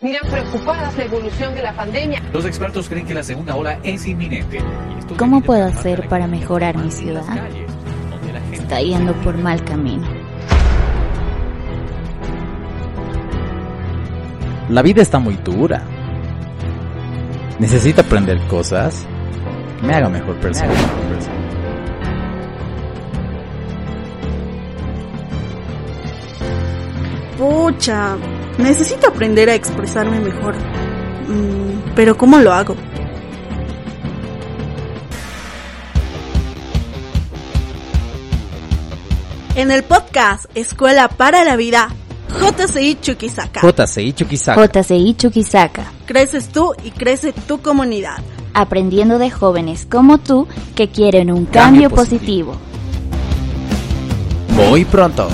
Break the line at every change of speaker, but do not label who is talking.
miran preocupadas la evolución de la pandemia.
Los expertos creen que la segunda ola es inminente.
¿Cómo puedo hacer para mejorar mi ciudad? Está yendo por mal camino.
La vida está muy dura. Necesito aprender cosas. Me haga mejor persona.
Pucha, necesito aprender a expresarme mejor. Mm, Pero ¿cómo lo hago? En el podcast Escuela para la Vida, JCI Chuquisaca.
JCI Chuquisaca.
JCI Chuquisaca,
Creces tú y crece tu comunidad.
aprendiendo de jóvenes como tú que quieren un cambio,
Cambio positivo.
positivo.
Muy pronto.